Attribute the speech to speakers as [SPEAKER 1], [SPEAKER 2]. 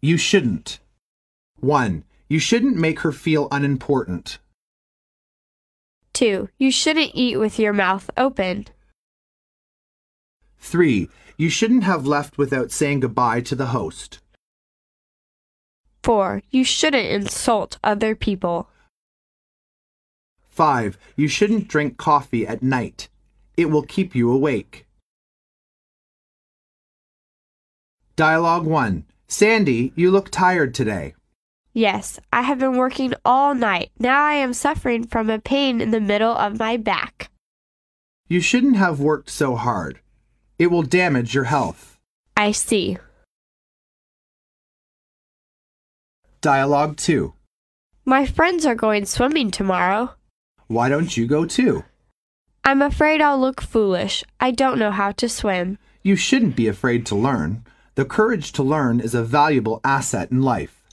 [SPEAKER 1] You shouldn't. 1. You shouldn't make her feel unimportant.
[SPEAKER 2] 2. You shouldn't eat with your mouth open.
[SPEAKER 1] 3. You shouldn't have left without saying goodbye to the host.
[SPEAKER 2] 4. You shouldn't insult other people.
[SPEAKER 1] 5. You shouldn't drink coffee at night. It will keep you awake. Dialogue 1. Sandy, you look tired today.
[SPEAKER 2] Yes, I have been working all night. Now I am suffering from a pain in the middle of my back.
[SPEAKER 1] You shouldn't have worked so hard. It will damage your health.
[SPEAKER 2] I see.
[SPEAKER 1] Dialogue 2.
[SPEAKER 2] My friends are going swimming tomorrow.
[SPEAKER 1] Why don't you go too?
[SPEAKER 2] I'm afraid I'll look foolish. I don't know how to swim.
[SPEAKER 1] You shouldn't be afraid to learn. The courage to learn is a valuable asset in life.